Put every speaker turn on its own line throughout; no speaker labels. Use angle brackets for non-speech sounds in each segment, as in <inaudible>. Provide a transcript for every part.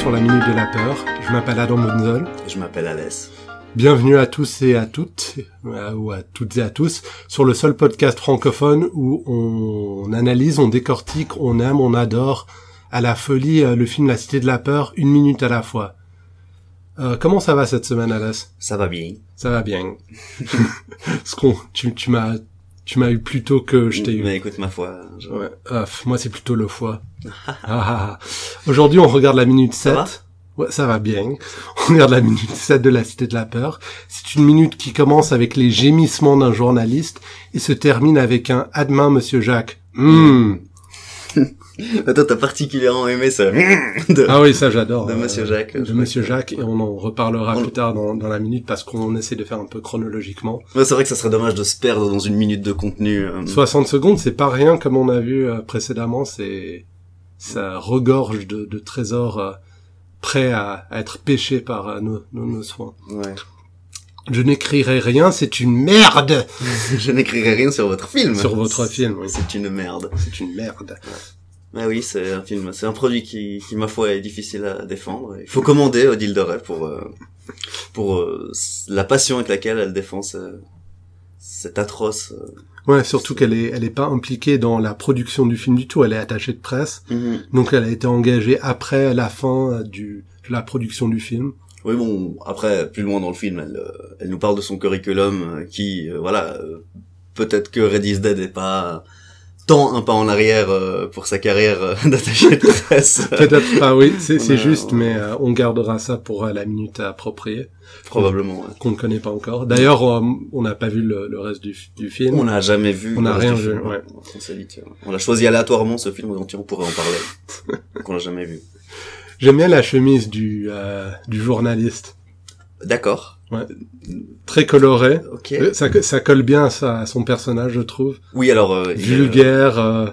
sur la Minute de la Peur. Je m'appelle Adam Monzol.
Je m'appelle Alès.
Bienvenue à tous et à toutes, euh, ou à toutes et à tous, sur le seul podcast francophone où on analyse, on décortique, on aime, on adore à la folie euh, le film La Cité de la Peur, une minute à la fois. Euh, comment ça va cette semaine, Alès
Ça va bien.
Ça va bien. <laughs> Ce qu'on, tu, tu m'as, tu m'as eu plus tôt que je t'ai eu.
Mais Ben, écoute ma foi. je-
Ouais. Ah, pff, moi, c'est plutôt le foie. Ah, ah, ah. Aujourd'hui, on regarde la minute 7.
va
ouais, ça va bien. On regarde la minute 7 de la Cité de la Peur. C'est une minute qui commence avec les gémissements d'un journaliste et se termine avec un « à demain, monsieur Jacques Hmm.
<laughs> Mais Toi, t'as particulièrement aimé ça. <laughs> de,
Ah oui, ça, j'adore.
de
Euh,
Monsieur Jacques.
De Monsieur Jacques, et on en reparlera
On-
plus tard dans, dans la minute parce qu'on essaie de faire un peu chronologiquement.
Ouais, c'est vrai que ça serait dommage de se perdre dans une minute de contenu. euh,
60 secondes, c'est pas rien comme on a vu euh, précédemment, c'est ça regorge de, de trésors euh, prêts à, à être pêchés par euh, nos, nos, nos soins.
ouais. <laughs>
Je n'écrirai rien, c'est une merde
Je n'écrirai rien sur votre film.
sur votre
C'est-
film. Oui.
C'est une merde.
C'est une merde.
Ah oui, c'est un film, c'est un produit qui, qui ma foi est difficile à défendre. Il faut commander Odile Doré pour euh, pour euh, s- la passion avec laquelle elle défend ce- cet atroce. euh,
Ouais, surtout qu'elle est elle est pas impliquée dans la production du film du tout. Elle est attachée de presse, donc elle a été engagée après la fin euh, du de la production du
<laughs>
film.
Oui bon, après plus loin dans le film, elle, euh, elle nous parle de son curriculum euh, qui euh, voilà, euh, peut-être que Red is Dead est pas tant un pas en arrière euh, pour sa carrière euh, <laughs> d'attaché de presse,
<laughs> Peut-être pas, oui, c'est c'est
Ouais,
juste,
ouais.
mais euh, on gardera ça pour euh, la minute appropriée.
probablement. ouais.
qu'on ne connaît pas encore. D'ailleurs, euh, on n'a pas vu le, le reste du, du film.
On n'a jamais vu.
On n'a
le reste
rien
du
vu,
film.
ouais.
On s'est dit, tiens, On l'a choisi aléatoirement ce film dont on pourrait en parler.
<laughs>
qu'on l'a jamais vu.
J'aime bien la chemise du, euh, du journaliste,
D'accord.
très colorée.
Ok.
Euh, Ça, co- ça colle bien à, sa- à son personnage, je trouve.
Oui alors. euh, il est, euh,
Vulgaire, euh,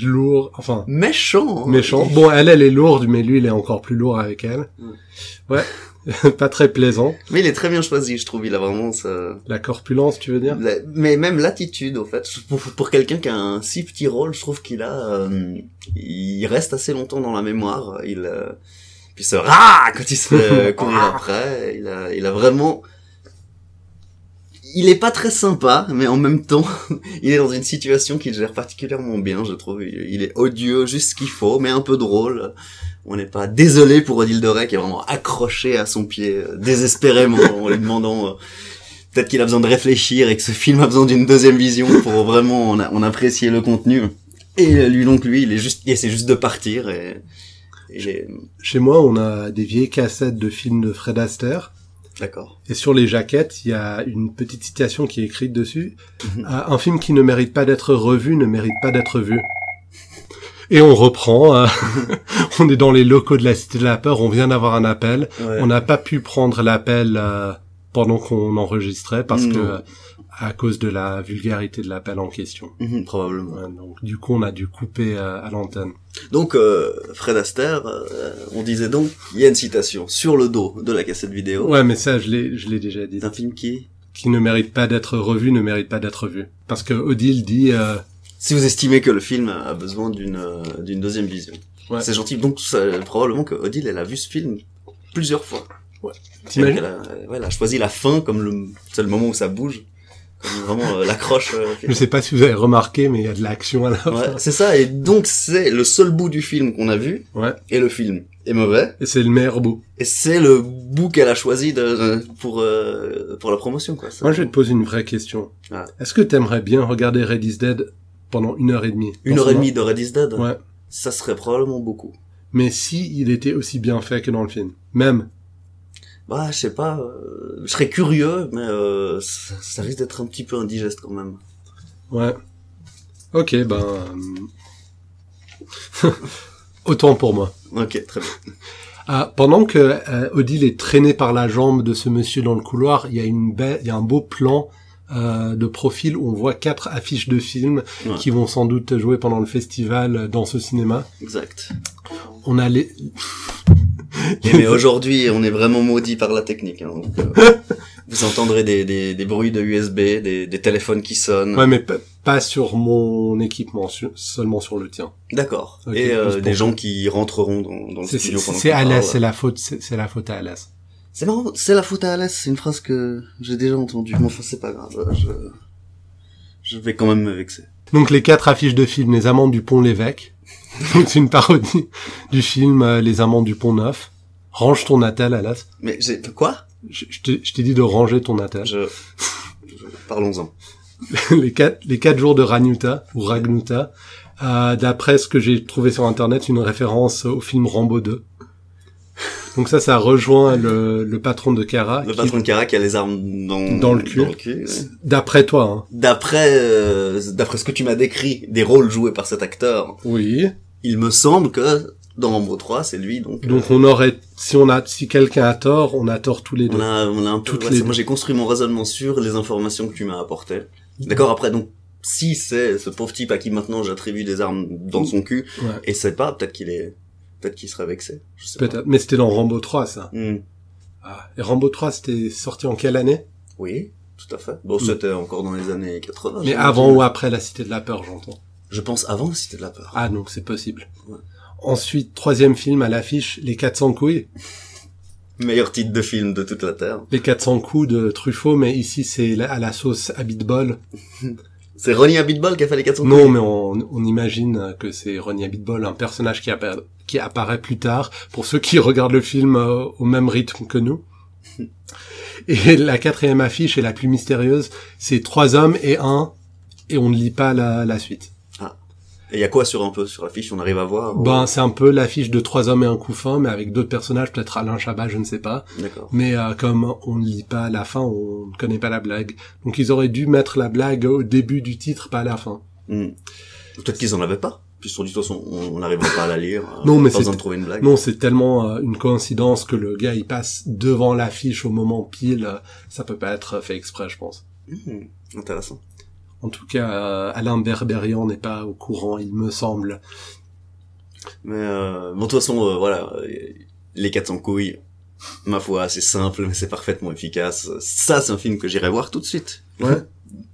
lourd, enfin
Méchant. hein.
méchant. Bon, elle, elle est lourde, mais lui, il est encore plus lourd avec elle. Ouais, <laughs> pas très plaisant.
Mais il est très bien choisi, je trouve. Il a vraiment ça.
La corpulence, tu veux dire
La- Mais même l'attitude, en fait, pour, pour quelqu'un qui a un si petit rôle, je trouve qu'il a, euh, il reste assez longtemps dans la mémoire. Il, euh, puis ce rah quand il se fait courir après, il a, il a vraiment, il est pas très sympa, mais en même temps, <laughs> il est dans une situation qu'il gère particulièrement bien, je trouve. Il, il est odieux, juste ce qu'il faut, mais un peu drôle. On n'est pas désolé pour Odile Doré qui est vraiment accroché à son pied euh, désespérément en lui demandant. euh, Peut-être qu'il a besoin de réfléchir et que ce film a besoin d'une deuxième vision
<laughs>
pour vraiment en, en apprécier le contenu. Et euh, lui donc lui, il est juste, il essaie juste de partir et, et il est-
Chez moi, on a des vieilles cassettes de films de Fred Astaire.
d'accord.
Et sur les jaquettes, il y a une petite citation qui est écrite dessus. Euh, un film qui ne mérite pas d'être revu ne mérite pas d'être vu. Et on reprend. euh, <laughs> on est dans les locaux de la Cité de la Peur. On vient d'avoir un appel. On n'a pas pu prendre l'appel euh, pendant qu'on enregistrait parce que
Non.
euh, à cause de la vulgarité de l'appel en question.
Mhm, probablement.
Ouais, donc, du coup, on a dû couper euh, à l'antenne.
Donc euh, Fred Astaire, euh, on disait donc, il y a une citation sur le dos de la cassette vidéo
Ouais, mais ça, je l'ai, je l'ai déjà dit.
d'un film qui,
Qui ne mérite pas d'être revu ne mérite pas d'être vu. Parce que Odile dit. euh,
si vous estimez que le film a besoin d'une euh, d'une deuxième vision,
Ouais.
c'est gentil. Donc ça- probablement que Odile, elle a vu ce film plusieurs fois.
T'imagines
Elle a, ouais, elle a choisi la fin comme le c'est le moment où ça bouge, comme vraiment euh,
<laughs>
l'accroche. euh,
Je sais pas si vous avez remarqué, mais il y a de l'action à la fin.
ouais, c'est ça. Et donc c'est le seul bout du film qu'on a vu.
Ouais.
Et le film est mauvais.
Et c'est le meilleur bout.
Et c'est le bout qu'elle a choisi de, pour euh, pour la promotion quoi. Ça.
Moi, je vais te poser une vraie question.
Ouais.
Est-ce que t'aimerais bien regarder Red is Dead pendant une heure et demie
Une
Dans
heure et
son-
demie de Red is Dead.
Ouais.
Ça serait probablement beaucoup.
Mais si il était aussi bien fait que dans le film, même.
Bah je sais pas. euh, je serais curieux, mais euh, ça, ça risque d'être un petit peu indigeste quand même.
Ouais. Ok, ben <laughs> euh, autant pour moi.
Ok, très bien.
Ah, pendant que euh, Odile est traînée par la jambe de ce monsieur dans le couloir, il y a une be- il y a un beau plan euh, de profil où on voit quatre affiches de films
Ouais.
qui vont sans doute jouer pendant le festival euh, dans ce cinéma.
Exact.
On a les, <laughs>
Et mais aujourd'hui, on est vraiment maudit par la technique. hein, donc, euh, vous entendrez des, des, des bruits de USB, des, des téléphones qui sonnent.
Ouais, mais pe- pas sur mon équipement, su- seulement sur le tien.
D'accord.
Ok,
et euh,
12%.
des gens qui rentreront dans, dans le
C'est
studio
c'est-
pendant
c'est
qu'on parle.
Alas, c'est la faute, c'est c'est la faute à Alas.
C'est marrant, c'est la faute à Alas, c'est une phrase que j'ai déjà entendue, mais enfin c'est pas grave, euh, je... je vais quand même me vexer.
Donc les quatre affiches de film Les Amants du Pont Lévêque. <laughs> C'est une parodie du film euh, Les Amants du Pont Neuf. Range ton attel, Alas.
Mais j'ai... Quoi
Je, je t'ai- je t'ai dit de ranger ton attel.
Je... je- Parlons-en.
<laughs> les, quatre, les quatre jours de Ranuta, ou Ragnuta. euh, D'après ce que j'ai trouvé sur Internet, une référence au film Rambo 2. Donc ça, ça rejoint le, le patron de Kara.
Le
Ah, qui-
patron de Kara qui a les armes dans,
Dans le cul.
ouais.
D'après toi, hein.
D'après euh, d'après ce que tu m'as décrit des rôles joués par cet acteur,
Oui.
il me semble que dans Rambo 3, c'est lui, donc... euh,
Donc on aurait, si on a, si quelqu'un a tort, on a tort tous les deux.
euh, On a, on a un peu,
Toutes
ouais,
les
c'est- moi j'ai construit mon raisonnement sur les informations que tu m'as apportées. D'accord, après donc si c'est ce pauvre type à qui maintenant j'attribue des armes dans son cul
Ouais.
et c'est pas, peut-être qu'il est peut-être qu'il serait vexé. Je sais pas.
Peut-être. Mais c'était dans Rambo 3, ça.
Hmm.
Ah, Et Rambo 3, c'était sorti en quelle année
Oui, tout à fait. Bon,
Mm.
c'était encore dans les années 80.
Mais
j'imagine.
avant ou après la Cité de la Peur, j'entends.
Je pense avant si c'était de la peur.
Ah, donc c'est possible.
Ouais.
Ensuite, troisième film à l'affiche, Les 400 couilles.
Meilleur titre de film de toute la terre.
Les 400 coups de Truffaut, mais ici c'est la- à la sauce Habit Ball.
C'est Ronnie Abitbol qui a fait les 400
Non, mais on, on imagine que c'est Ronnie Habit Ball, un personnage qui, appa- qui apparaît plus tard, pour ceux qui <laughs> regardent le film euh, au même rythme que nous. Et la quatrième affiche est la plus mystérieuse, c'est trois hommes et un, et on ne lit pas la, la suite.
Et il y a quoi sur un peu sur l'affiche On arrive à voir.
Ben, c'est un peu l'affiche de trois hommes et un couffin, mais avec d'autres personnages, peut-être Alain Chabat, je ne sais pas.
D'accord.
Mais euh, comme on ne lit pas la fin, on ne connaît pas la blague. Donc ils auraient dû mettre la blague au début du titre, pas à la fin.
Hmm. Peut-être qu'ils en avaient pas. Puis ils se sont dit, de toute façon, on on n'arrivera pas à la lire.
<laughs>
euh,
Non, mais
pas besoin
c'est-
de trouver une blague.
Non, c'est tellement euh, une coïncidence que le gars, il passe devant l'affiche au moment pile. euh, Ça peut pas être fait exprès, je pense.
Hmm, intéressant.
En tout cas, euh, Alain Berberian n'est pas au courant, il me semble.
Mais euh, bon, de toute façon, euh, voilà, euh, les 400 couilles, ma foi, c'est simple, mais c'est parfaitement efficace. Ça, c'est un film que j'irai voir tout de suite.
Ouais.
<laughs>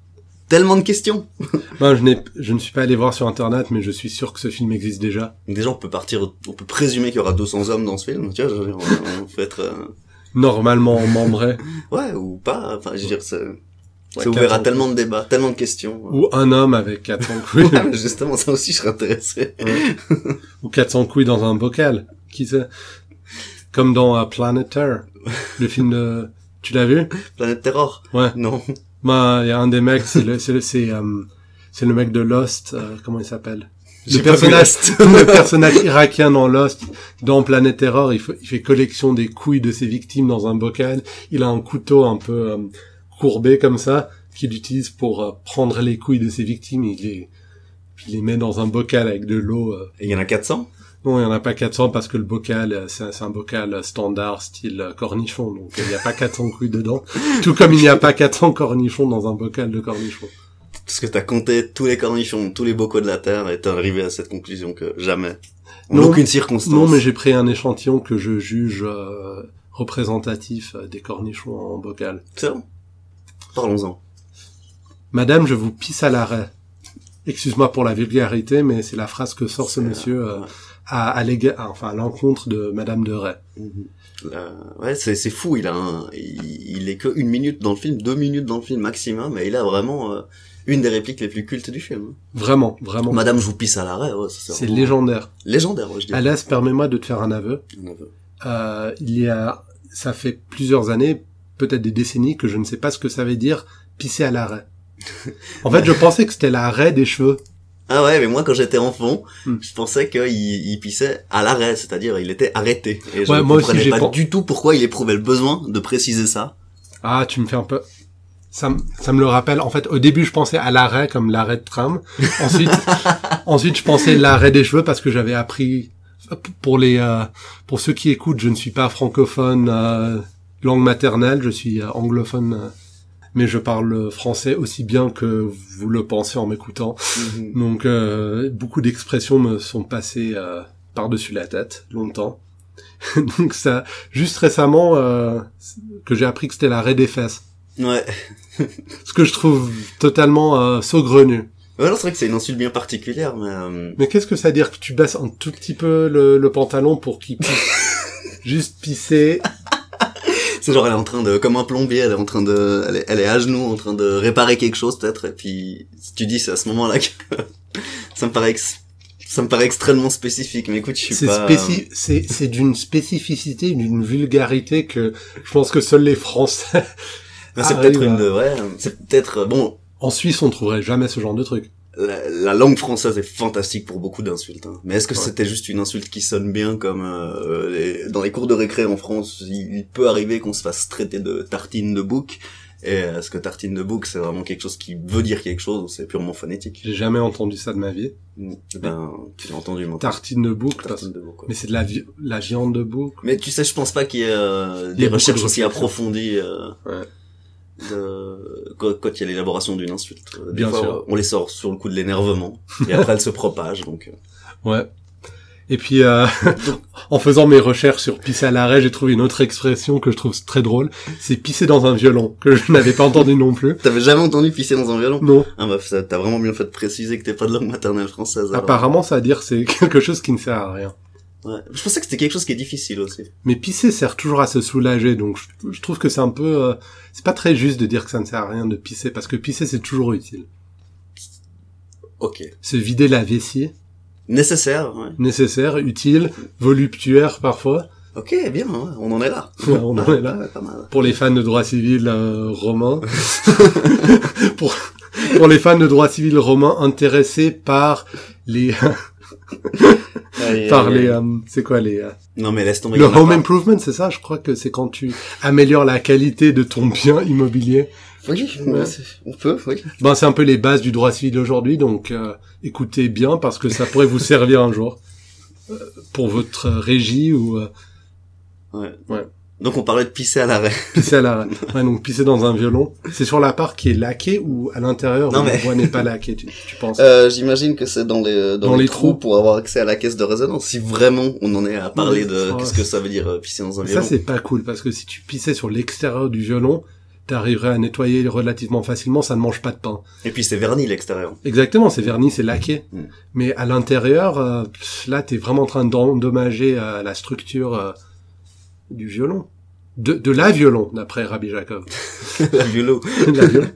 Tellement de questions.
Ben, je, n'ai- je ne suis pas allé voir sur Internet, mais je suis sûr que ce film existe déjà.
Déjà, on peut partir, on peut présumer qu'il y aura 200 hommes dans ce film. Tu vois, je veux dire, on, on peut être, euh,
Normalement, en membret.
ouais, ou pas. Enfin, je veux dire, ça,
Ouais,
ça ouvrira
400.
tellement de débats, tellement de questions.
Ou un homme avec 400
<laughs>
couilles.
Ouais, mais <laughs> justement, ça aussi, je serais intéressé.
ou 400 couilles dans un bocal. Qui sait Comme dans euh, Planet Terror, le film de... Tu l'as vu
Planète Terror.
Ouais.
Non.
Ben, il y a un des mecs, c'est le, c'est le, c'est, euh, c'est le mec de Lost, euh, comment il s'appelle
J'ai
Le
pas vu
personnage, <laughs> le personnage irakien dans Lost, dans Planet Terror, il, fa- il fait collection des couilles de ses victimes dans un bocal. Il a un couteau un peu euh, courbé comme ça, qu'il utilise pour euh, prendre les couilles de ses victimes. Il les, puis il les met dans un bocal avec de l'eau. euh,
Et il y en a 400?
non, il n'y en a pas 400 parce que le bocal, euh, c'est un, c'est un bocal euh, standard style euh, cornichon, donc euh, il n'y a pas 400 couilles dedans. Tout comme il n'y a pas 400 cornichons dans un bocal de cornichons.
Parce que t'as compté tous les cornichons, tous les bocaux de la Terre, et t'es arrivé à cette conclusion que jamais, en
Non.
aucune circonstance.
Non, mais j'ai pris un échantillon que je juge euh, représentatif euh, des cornichons en bocal.
C'est bon. Parlons-en.
Madame, je vous pisse à l'arrêt. Excuse-moi pour la vulgarité, mais c'est la phrase que sort ce
C'est,
monsieur euh,
ouais.
à, à l'égard, ah, enfin à l'encontre de Madame de Ray.
Euh, ouais, c'est, c'est fou. Il a, un- il, il est que une minute dans le film, deux minutes dans le film maximum, et il a vraiment euh, une des répliques les plus cultes du film.
Vraiment, vraiment.
Madame, je vous pisse à l'arrêt. Ouais, ça,
C'est
vraiment
légendaire.
légendaire. ouais, je dis.
Alas, permets-moi de te faire un aveu. Euh, il y a, ça fait plusieurs années, peut-être des décennies, que je ne sais pas ce que ça veut dire pisser à l'arrêt. En fait, je pensais que c'était l'arrêt des cheveux.
Ah ouais, mais moi quand j'étais enfant,
Hmm.
je pensais qu'il il pissait à l'arrêt, c'est-à-dire il était arrêté. Et je
Ouais,
ne
moi aussi,
comprenais
j'ai
pas
pen-
du tout pourquoi il éprouvait le besoin de préciser ça.
Ah, tu me fais un peu. Ça, me- ça me le rappelle. En fait, au début, je pensais à l'arrêt comme l'arrêt de tram. Ensuite, ensuite, je pensais l'arrêt des cheveux parce que j'avais appris pour les euh, pour ceux qui écoutent, je ne suis pas francophone euh, langue maternelle, je suis euh, anglophone, euh, mais je parle français aussi bien que vous le pensez en m'écoutant. Donc euh, beaucoup d'expressions me sont passées euh, par-dessus la tête longtemps. <laughs> Donc ça, juste récemment euh, que j'ai appris que c'était l'arrêt des fesses,
Ouais.
ce que je trouve totalement euh, saugrenu.
Ouais, non, c'est vrai que c'est une insulte bien particulière, mais... euh,
Mais qu'est-ce que ça veut dire que tu baisses un tout petit peu le, le pantalon pour qu'il puisse juste pisser
C'est genre elle est en train de, comme un plombier, elle est en train de, elle est, elle est à genoux en train de réparer quelque chose peut-être. Et puis si tu dis c'est à ce moment-là que <laughs> ça me paraît, ex- ça me paraît extrêmement spécifique. Mais écoute, je suis
C'est
pas.
spéci- c'est c'est d'une spécificité, d'une vulgarité que je pense que seuls les Français. <laughs>
Mais euh, c'est
Ah,
peut-être
oui,
une,
bah.
de- ouais, c'est peut-être bon.
En Suisse, on trouverait jamais ce genre de truc.
La, la langue française est fantastique pour beaucoup d'insultes. hein. Mais est-ce que
Ouais.
c'était juste une insulte qui sonne bien comme euh, les- dans les cours de récré en France, il, il peut arriver qu'on se fasse traiter de tartine de bouc. Et est-ce que tartine de bouc c'est vraiment quelque chose qui veut dire quelque chose ou c'est purement phonétique
J'ai jamais entendu ça de ma vie.
Ben tu l'as entendu maintenant.
Tartine de bouc, parce-
Tartine de veau, quoi.
mais c'est de la, vi- la viande de bouc.
Mais tu sais, je pense pas qu'il y ait euh,
Il y
des
a beaucoup
recherches
de
aussi
recherches.
approfondies euh,
Ouais.
de, quand, quand il y a l'élaboration d'une insulte. Des
Bien
fois,
sûr.
On les sort sur le coup de l'énervement et après elles se propagent. Donc, euh.
Ouais. Et puis, euh, <laughs> en faisant mes recherches sur pisser à l'arrêt, j'ai trouvé une autre expression que je trouve très drôle. C'est pisser dans un violon, que je <laughs> n'avais pas entendu non plus.
t'avais jamais entendu pisser dans un violon
Non.
Ah bah ça- t'as vraiment bien fait de préciser que t'es pas de langue maternelle
Ah,
française. alors.
Apparemment, ça veut dire c'est <laughs> quelque chose qui ne sert à rien.
Ouais. Je pensais que c'était quelque chose qui est difficile aussi.
Mais pisser sert toujours à se soulager, donc je, je trouve que c'est un peu, euh, c'est pas très juste de dire que ça ne sert à rien de pisser, parce que pisser c'est toujours utile.
Ok.
Se vider la vessie,
Nécessaire. Ouais.
nécessaire, utile, voluptuaire parfois. <laughs>
Ok, bien. ouais, On en est là.
Ouais, on en est là.
Ouais, pas mal.
Pour les fans de droit civil euh, romain, <laughs> pour pour les fans de droit civil romain intéressés par les
Aïe,
par
aïe,
les
aïe.
euh, c'est quoi les euh,
Non mais laisse tomber.
le
il y en a
home
pas.
improvement c'est ça je crois que c'est quand tu améliores la qualité de ton bien immobilier
Oui,
Ouais.
c'est- on peut. Oui.
Ben, c'est un peu les bases du droit civil aujourd'hui, donc euh, écoutez bien parce que ça pourrait
<laughs>
vous servir un jour Euh, pour votre euh, régie ou euh,
Ouais.
Ouais.
Donc on parlait de pisser à l'arrêt.
pisser à la... ouais, donc pisser dans un violon. C'est sur la part qui est laquée ou à l'intérieur
Non,
où
mais-
le bois n'est pas laqué, tu, tu penses
Euh, J'imagine que c'est dans les euh, dans,
Dans
les,
les
trous,
trous.
pour avoir accès à la caisse de résonance. Si vraiment on en est à parler de
Ouais.
qu'est-ce que ça veut dire euh, pisser dans un
Ça
violon.
c'est pas cool parce que si tu pissais sur l'extérieur du violon, t'arriverais à nettoyer relativement facilement, ça ne mange pas de pain.
Et puis c'est verni
<laughs>
l'extérieur.
Exactement, c'est vernis, c'est laqué.
Mm.
Mais à l'intérieur, euh, pff, là, t'es vraiment en train d'endommager euh, la structure euh, du violon. De, de la violon, d'après Rabbi Jacob. <laughs>
la violo.
De la violon.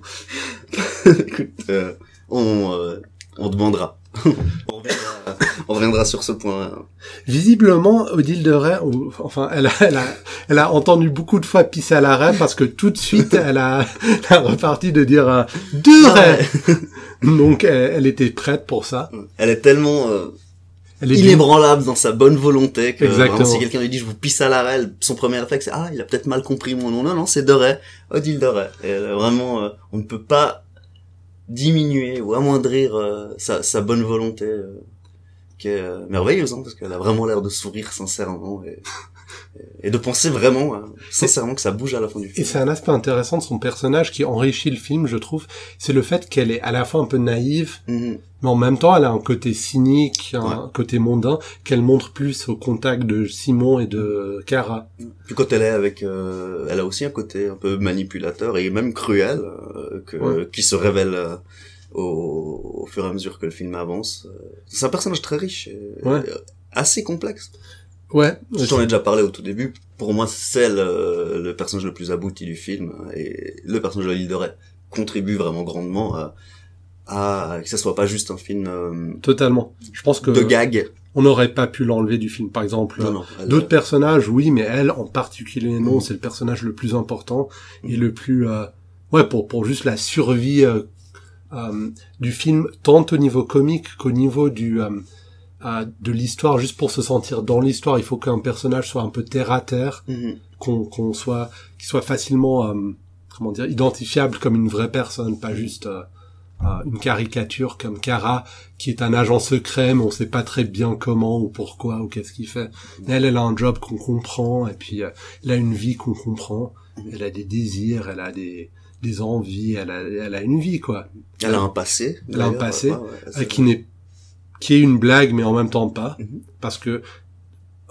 Écoute, euh, on euh, on demandera. <laughs> on, reviendra, on reviendra sur ce point.
<laughs> Visiblement, Odile de Ray, ou- enfin, elle a, elle, a, elle a entendu beaucoup de fois pisser à la raie parce que tout de <laughs> suite, elle a, elle a reparti de dire euh, deux <laughs> raies. Donc, elle, elle était prête pour ça.
Elle est tellement euh,
Elle est d'une-
inébranlable dans sa bonne volonté que
Exactement.
vraiment, si quelqu'un lui dit je vous pisse à l'arrêt, elle- son premier réflexe c'est ah il a peut-être mal compris mon nom. Non non c'est Doré, Odile Doré. Et elle est vraiment euh, on ne peut pas diminuer ou amoindrir euh, sa, sa bonne volonté euh, qui est euh, merveilleuse hein, parce qu'elle a vraiment l'air de sourire sincèrement et, <laughs> et de penser vraiment euh, sincèrement que ça bouge à la fin du
Et
film.
c'est un aspect intéressant de son personnage qui enrichit le film, je trouve. C'est le fait qu'elle est à la fois un peu naïve,
Mhm.
Mais en même temps, elle a un côté cynique, un côté mondain qu'elle montre plus au contact de Simon et de Cara.
Puis quand elle est avec, euh, elle a aussi un côté un peu manipulateur et même cruel euh, que,
Ouais.
qui se révèle euh, au, au fur et à mesure que le film avance. Euh, C'est un personnage très riche, et,
Ouais.
et assez complexe.
Ouais.
Je t'en ai déjà parlé au tout début. Pour moi, c'est le, le personnage le plus abouti du film et le personnage de l'île de Ré contribue vraiment grandement à, à que ça soit pas juste un film euh,
Totalement. Je pense que
de gag.
on n'aurait pas pu l'enlever du film, par exemple.
Non, non, elle-
Euh, D'autres personnages, oui, mais elle en particulier, non.
Mhm.
C'est le personnage le plus important et
Mhm.
le plus, euh, ouais, pour pour juste la survie euh, euh, du film, tant au niveau comique qu'au niveau du euh, euh, de l'histoire. Juste pour se sentir dans l'histoire, il faut qu'un personnage soit un peu terre à terre.
Mhm.
qu'on qu'on soit qu'il soit facilement euh, comment dire identifiable comme une vraie personne pas juste euh, euh, une caricature comme Kara qui est un agent secret mais on sait pas très bien comment ou pourquoi ou qu'est-ce qu'il fait Mais elle elle a un job qu'on comprend et puis euh, elle a une vie qu'on comprend elle a des désirs elle a des des envies elle a elle a une vie quoi
Elle a un passé.
Elle a un
d'ailleurs,
passé,
ouais, ouais,
euh,
c'est-
qui n'est qui est une blague mais en même temps pas
Mhm.
parce que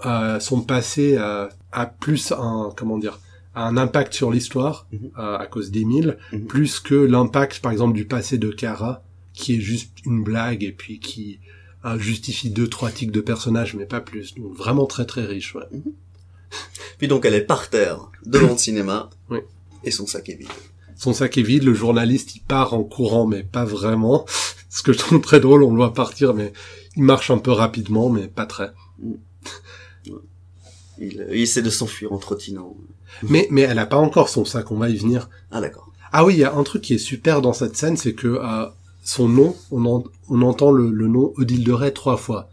euh, son passé euh, a plus un comment dire un impact sur l'histoire
Mhm.
euh, à cause d'Émile
Mhm.
plus que l'impact par exemple du passé de Cara qui est juste une blague et puis qui euh, justifie deux trois tics de personnages mais pas plus. Donc vraiment très très riche. Ouais.
Puis donc elle est par terre,
<coughs>
devant le cinéma,
Oui.
et son sac est vide.
Son sac est vide, le journaliste il part en courant mais pas vraiment. <laughs> Ce que je trouve très drôle, on le voit partir mais il marche un peu rapidement mais pas très.
Il, euh, il essaie de s'enfuir en trottinant.
Mhm. Mais mais elle a pas encore son sac, on va y venir.
Ah d'accord.
Ah oui, il y a un truc qui est super dans cette scène, c'est que euh, son nom, on, en- on entend le, le nom Odile de Ray trois fois.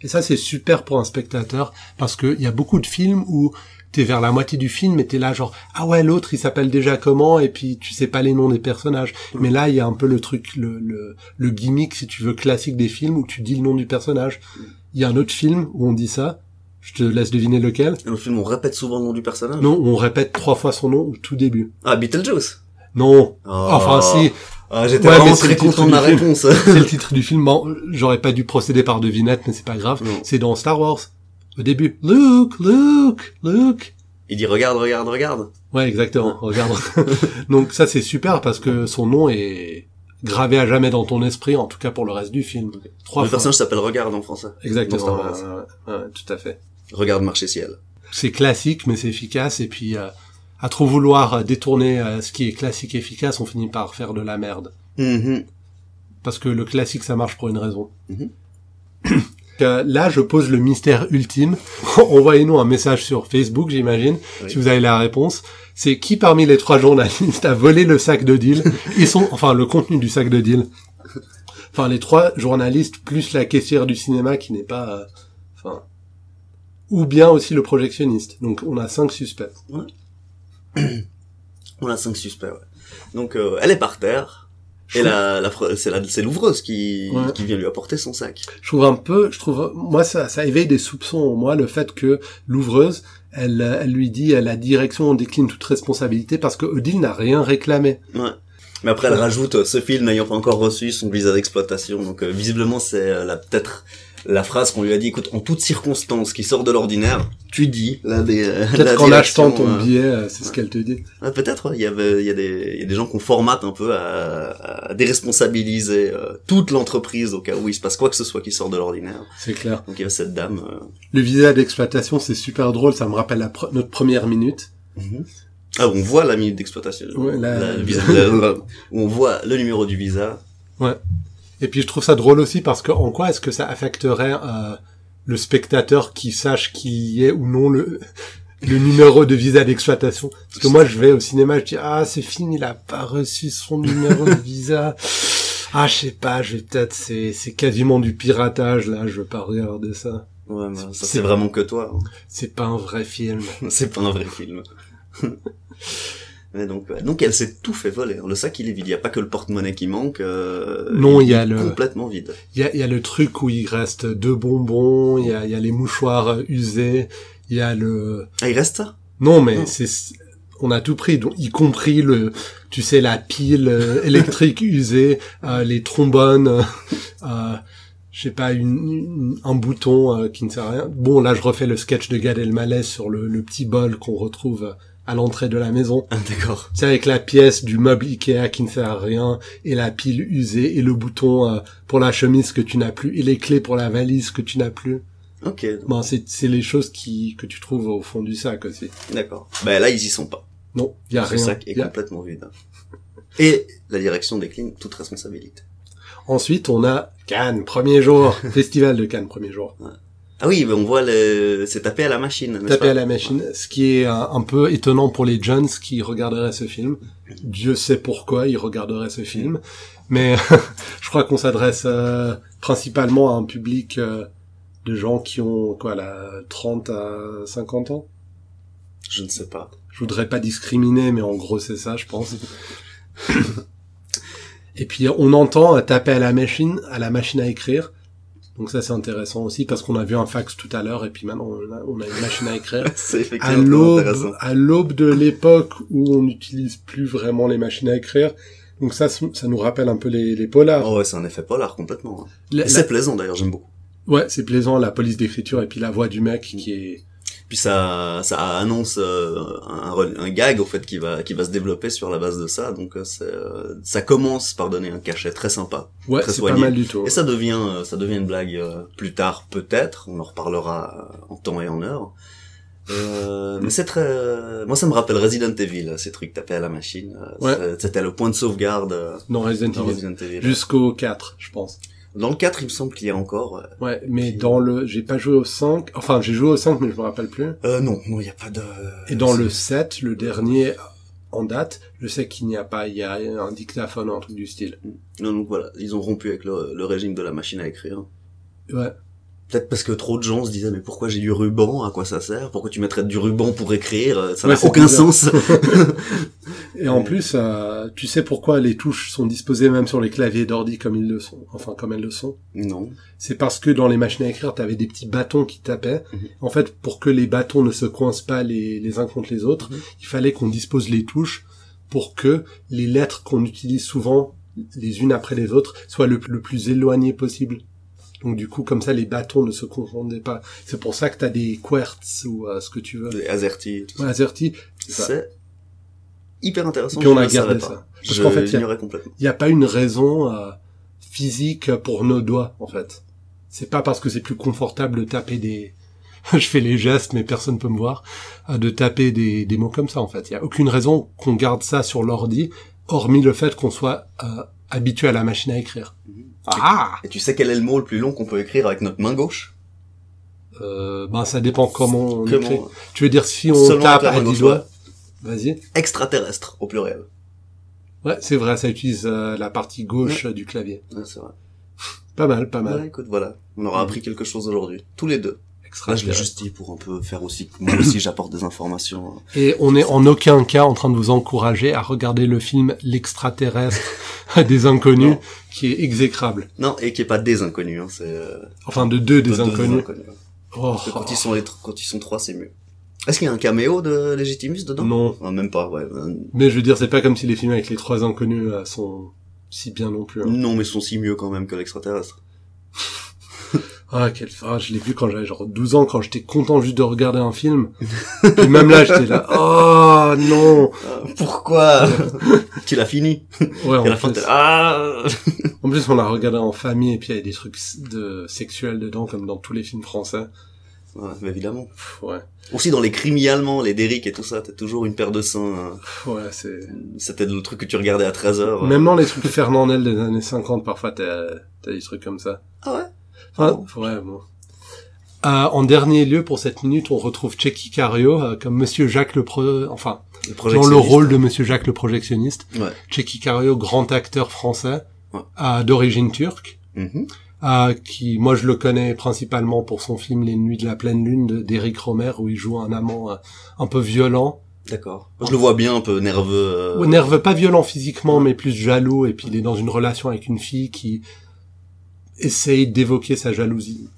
Et ça, c'est super pour un spectateur, parce qu'il y a beaucoup de films où t'es vers la moitié du film et t'es là genre « Ah ouais, l'autre, il s'appelle déjà comment ?» et puis tu sais pas les noms des personnages. Mais là, il y a un peu le truc, le, le, le gimmick, si tu veux, classique des films, où tu dis le nom du personnage. Il y a un autre film où on dit ça, je te laisse deviner lequel.
Dans le film, on répète souvent le nom du personnage.
Non, on répète trois fois son nom au tout début.
Ah, Beetlejuice.
Non,
Oh.
Ah, enfin si,
Ah, j'étais
Ouais, mais
vraiment
c'est le
très
titre
content
du
de ma
film.
réponse.
c'est le titre du film. Bon, j'aurais pas dû procéder par devinette, mais c'est pas grave.
<laughs> Non.
C'est dans Star Wars. Au début, Luke, Luke, Luke.
Il dit regarde, regarde, regarde.
Ouais, exactement. Regarde. Donc ça, c'est super parce que son nom est gravé à jamais dans ton esprit, en tout cas pour le reste du film. Trois
le
fois.
personnage s'appelle Regarde en français.
Exactement.
dans Star
Ouais, ouais, tout à fait.
Regarde marcher ciel.
C'est classique, mais c'est efficace. Et puis, euh, à trop vouloir euh, détourner euh, ce qui est classique et efficace, on finit par faire de la merde.
Mhm.
parce que le classique ça marche pour une raison.
Mhm.
<clears throat> Euh, Là, je pose le mystère ultime. <laughs> Envoyez-nous un message sur Facebook, j'imagine,
Oui.
si vous avez la réponse. C'est qui parmi les trois journalistes a volé le sac de
<laughs>
deal Ils sont, enfin, le contenu du sac de deal. Enfin, les trois journalistes plus la caissière du cinéma qui n'est pas, euh, enfin, ou bien aussi le projectionniste. Donc, on a cinq suspects.
On a cinq suspects, ouais. Donc, euh, elle est par terre. Et
Je
la, la, fre- c'est la- c'est l'ouvreuse qui,
Ouais.
qui vient lui apporter son sac.
je trouve un peu, je trouve, moi, ça, ça éveille des soupçons en moi, le fait que l'ouvreuse, elle, euh, elle lui dit, à la direction, on décline toute responsabilité parce que Odile n'a rien réclamé.
Mais après, elle rajoute euh, ce film n'ayant pas encore reçu son visa d'exploitation. Donc, euh, visiblement, c'est euh, la peut-être la phrase qu'on lui a dit. Écoute, en toute circonstance qui sort de l'ordinaire, tu dis là des. euh, la
Peut-être qu'en
direction,
achetant ton
euh,
billet, euh, c'est ce qu'elle te dit.
ah, peut-être. ouais, Il y avait, il y a des, il y a des gens qu'on formate un peu à, à déresponsabiliser euh, toute l'entreprise au cas où il se passe quoi que ce soit qui sort de l'ordinaire.
C'est clair.
Donc, il y a cette dame. euh,
Le visa d'exploitation, c'est super drôle. Ça me rappelle la pre- notre première minute.
Ah, on voit la minute d'exploitation.
Ouais, Euh. la-
La- le visa- la- la- où on voit le numéro du visa.
Et puis, je trouve ça drôle aussi parce que en quoi est-ce que ça affecterait, euh, le spectateur qui sache qu'il y est ou non le, <laughs> le numéro de visa d'exploitation. Parce que moi, je vais au cinéma, je dis, ah, ce film, il a pas reçu son numéro de visa. Ah, je sais pas, je vais peut-être, c'est, c'est quasiment du piratage, là, je veux pas regarder ça.
Ouais, mais ça,
C'est-
c'est vraiment que toi.
C'est pas un vrai film.
hein. <laughs> C'est pas un vrai film. Mais donc, ouais. donc elle s'est tout fait voler. Le sac il est vide. Il y a pas que le porte-monnaie qui manque. euh,
Non, il y
est
a le-
complètement vide.
Il y a, il y a le truc où il reste deux bonbons, il y a, il y a les mouchoirs euh, usés, il y a le,
Ah, il reste ça
non, mais
Non.
c'est, on a tout pris, donc, y compris le, tu sais, la pile euh, électrique <laughs> usée, euh, les trombones, euh, euh, je sais pas, une, une- un bouton euh, qui ne sert à rien. Bon, là, je refais le sketch de Gad Elmaleh sur le, le petit bol qu'on retrouve à l'entrée de la maison.
Ah, d'accord.
C'est avec la pièce du meuble Ikea qui ne sert à rien et la pile usée et le bouton euh, pour la chemise que tu n'as plus et les clés pour la valise que tu n'as plus.
Ok,
Bon, c'est c'est les choses qui que tu trouves au fond du sac aussi.
d'accord. Ben là, ils y sont pas.
Non, il y a
Le
rien.
sac est
Y a-
complètement vide. Et la direction décline toute responsabilité.
Ensuite, on a Cannes, premier
<laughs>
jour, festival de Cannes, premier jour.
Ah oui, ben on voit le... c'est tapé à la machine. n'est-ce
Tapé
pas
à la machine, ce qui est euh, un peu étonnant pour les jeunes qui regarderaient ce film. Dieu sait pourquoi ils regarderaient ce film, mais <laughs> je crois qu'on s'adresse euh, principalement à un public euh, de gens qui ont quoi là 30 à 50 ans.
Je ne sais pas. <laughs>
Je voudrais pas discriminer, mais en gros c'est ça, je pense. Et puis on entend euh, taper à la machine, à la machine à écrire. Donc ça c'est intéressant aussi parce qu'on a vu un fax tout à l'heure et puis maintenant on a, on a une machine à écrire.
<laughs> c'est
À
effectivement intéressant.
l'aube, à l'aube de l'époque où on n'utilise plus vraiment les machines à écrire. Donc ça, ça ça nous rappelle un peu les, les polars.
Oh ouais, c'est un effet polar complètement. hein.
La-
Et
la-
C'est plaisant d'ailleurs, j'aime beaucoup.
ouais, c'est plaisant la police d'écriture et puis la voix du mec qui est.
Puis puis ça ça annonce euh, un, un gag au fait qui va qui va se développer sur la base de ça donc euh, c'est, euh, ça commence par donner un cachet très sympa
Ouais,
Très
c'est pas
soigné.
mal du tout.
et ça devient euh, ça devient une blague euh, plus tard peut-être on en reparlera euh, en temps et en heure euh, mais c'est très euh, moi ça me rappelle Resident Evil euh, ces trucs tapés à la machine euh,
Ouais.
c'est- c'était le point de sauvegarde euh,
Non, Resident
dans
Evil.
Resident Evil
Jusqu'au 4, je pense.
dans le 4 il me semble qu'il y a encore euh, ouais.
Ouais, mais
Puis-
dans le, j'ai pas joué au 5, enfin j'ai joué au 5 mais je me rappelle plus.
euh, non non il y a pas de
Et dans le 7, le dernier en date, je sais qu'il n'y a pas, il y a un dictaphone un truc du style.
non donc voilà ils ont rompu avec le, le régime de la machine à écrire
Ouais,
Peut-être parce que trop de gens se disaient mais pourquoi j'ai du ruban, à quoi ça sert, pourquoi tu mettrais du ruban pour écrire, Euh, ça
Ouais,
n'a
c'est
aucun
bizarre. <laughs>
sens.
et en plus, euh, tu sais pourquoi les touches sont disposées même sur les claviers d'ordi comme ils le sont, enfin comme elles le sont.
non.
C'est parce que dans les machines à écrire, t'avais des petits bâtons qui tapaient.
Mhm.
En fait, pour que les bâtons ne se coincent pas les, les uns contre les autres,
Mhm.
il fallait qu'on dispose les touches pour que les lettres qu'on utilise souvent, les unes après les autres, soient le, le plus éloignées possible. Donc du coup, comme ça, les bâtons ne se confondaient pas. C'est pour ça que t'as des quartz ou euh, ce que tu veux.
Les azerty, tout ça.
Ouais, AZERTY. ça.
C'est hyper intéressant.
Puis on
je
a
le savais
gardé
pas.
ça. Parce
Je
qu'en fait, il y a-
l'ignorais complètement.
Il n'y a pas une raison euh, physique pour nos doigts, en fait. C'est pas parce que c'est plus confortable de taper des... <laughs> Je fais les gestes, mais personne peut me voir. euh, De taper des, des mots comme ça, en fait. Il n'y a aucune raison qu'on garde ça sur l'ordi, hormis le fait qu'on soit euh, habitué à la machine à écrire.
Mm-hmm.
Ah
Et tu sais quel est le mot le plus long qu'on peut écrire avec notre main gauche
euh, Ben, ça dépend comment on écrit.
Comment
Tu veux dire, si on
Seulement
tape
avec la
à 10
main gauche,
doigts... Vas-y.
Extraterrestre au pluriel.
Ouais, c'est vrai, ça utilise euh, la partie gauche euh, du clavier.
Ouais, c'est vrai.
Pas mal, pas mal.
Ouais, écoute, voilà, on
Mm.
aura appris quelque chose aujourd'hui, tous les deux.
Extra
Là, je l'ai juste dit pour un peu faire aussi. Moi aussi, j'apporte des informations. hein.
Et on est en aucun cas en train de vous encourager à regarder le film L'extraterrestre <laughs> des inconnus,
Non.
qui est exécrable.
Non, et qui est pas des inconnus. Hein, c'est euh,
Enfin, de deux des
deux- deux
inconnus. Oh,
Parce que quand ils sont les tr- quand ils sont trois, c'est mieux. Est-ce qu'il y a un caméo de Legitimus dedans
non.
Ah, Même pas, ouais. Euh,
Mais je veux dire, c'est pas comme si les films avec les trois inconnus euh, sont si bien non plus. hein.
Non, mais ils sont si mieux quand même
<laughs>
que l'extraterrestre.
Ah, quelle ah, Je l'ai vu quand j'avais genre 12 ans, quand j'étais content juste de regarder un film. Et même là, j'étais
<laughs>
là, oh non
Ah, <laughs> pourquoi Tu l'as fini.
ouais,
Et à
en,
la fin,
plus,
t'es là, Ah
en plus, on l'a regardé en famille, et puis il y a des trucs de... sexuels dedans, comme dans tous les films français.
Ah Ouais, mais Évidemment.
Pff, ouais,
Aussi dans les crimis allemands, les Derrick et tout ça, t'as toujours une paire de seins. hein.
Pff, ouais, c'est...
C'était le truc que tu regardais à 13h.
Même dans les trucs Fernandel des années 50, parfois, t'as t'as des trucs comme ça.
Ah ouais
Enfin, ouais, bon. Euh, en dernier lieu, pour cette minute, on retrouve Checky Cario euh, comme Monsieur Jacques le Pro... Enfin,
le
dans le rôle de Monsieur Jacques le projectionniste.
Ouais.
Checky Cario, grand acteur français
Ouais.
euh, d'origine turque,
Mhm.
euh, qui, moi, je le connais principalement pour son film Les Nuits de la Pleine Lune de- d'Éric Romer, où il joue un amant euh, un peu violent.
D'accord. Moi, Je le vois bien un peu nerveux. euh,
Ouais, nerveux, pas violent physiquement, mais plus jaloux, et puis il est dans une relation avec une fille qui essaye d'évoquer sa jalousie.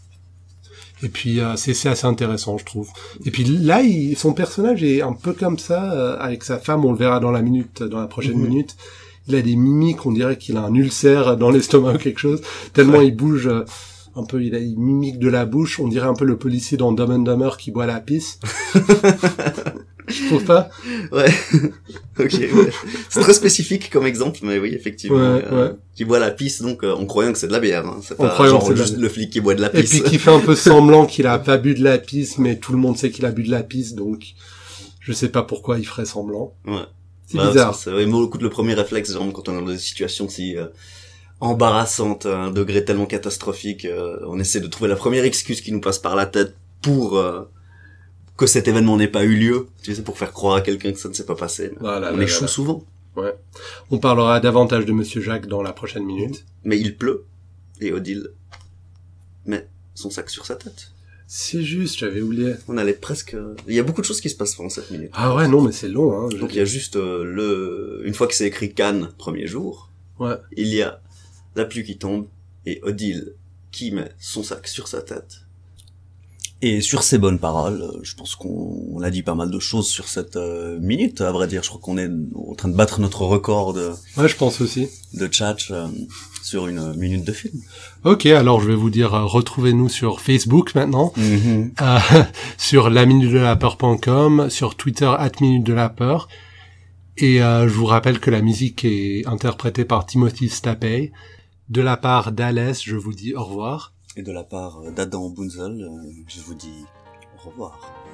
Et puis euh, c'est c'est assez intéressant, je trouve. Et puis là, il- son personnage est un peu comme ça, euh, avec sa femme, on le verra dans la minute, dans la prochaine
Mhm.
minute. Il a des mimiques, on dirait qu'il a un ulcère dans l'estomac ou quelque chose, tellement il bouge euh, un peu, il a une mimique de la bouche, on dirait un peu le policier dans Dumb and Dumber qui boit la pisse. je trouve pas
<laughs> Ok, ouais. c'est très spécifique comme exemple, mais oui, effectivement.
Ouais,
euh,
ouais.
Qui boit la pisse, donc euh, en croyant que c'est de la bière. Hein. C'est
En
pas
croyant que
genre
c'est de la
juste le flic qui boit de la
Et
pisse.
puis qui fait un
<laughs>
peu semblant qu'il a pas bu de la pisse, mais tout le monde sait qu'il a bu de la pisse, donc je sais pas pourquoi il ferait semblant.
Ouais.
C'est
Bah,
bizarre.
C'est c'est beaucoup le premier réflexe, genre quand on est dans des situations si euh, embarrassantes, à un degré tellement catastrophique, euh, on essaie de trouver la première excuse qui nous passe par la tête pour euh, que cet événement n'ait pas eu lieu. Tu sais, pour faire croire à quelqu'un que ça ne s'est pas passé. Mais
Voilà,
on
Ah, voilà,
échoue
voilà.
souvent,
On parlera davantage de Monsieur Jacques dans la prochaine minute.
mais il pleut et Odile met son sac sur sa tête.
C'est juste, j'avais oublié.
On allait presque. euh, Il y a beaucoup de choses qui se passent pendant cette minute.
Ah ouais, non, mais c'est long, hein. je-
Donc il y a juste euh, le. Une fois que c'est écrit Cannes, premier jour,
Ouais.
il y a la pluie qui tombe et Odile qui met son sac sur sa tête. Et sur ces bonnes paroles, euh, je pense qu'on on a dit pas mal de choses sur cette euh, minute. À vrai dire, je crois qu'on est en train de battre notre record de,
Ouais, je pense aussi.
de chat. euh, sur une minute de film.
Ok, alors je vais vous dire, euh, retrouvez-nous sur Facebook maintenant, euh, <laughs> sur la minute de la peur.com, sur Twitter at minute de la peur. Et euh, je vous rappelle que la musique est interprétée par Timothy Stapey. De la part d'Alès, je vous dis au revoir.
Et de la part d'Adam Bunzel, euh, je vous dis au revoir.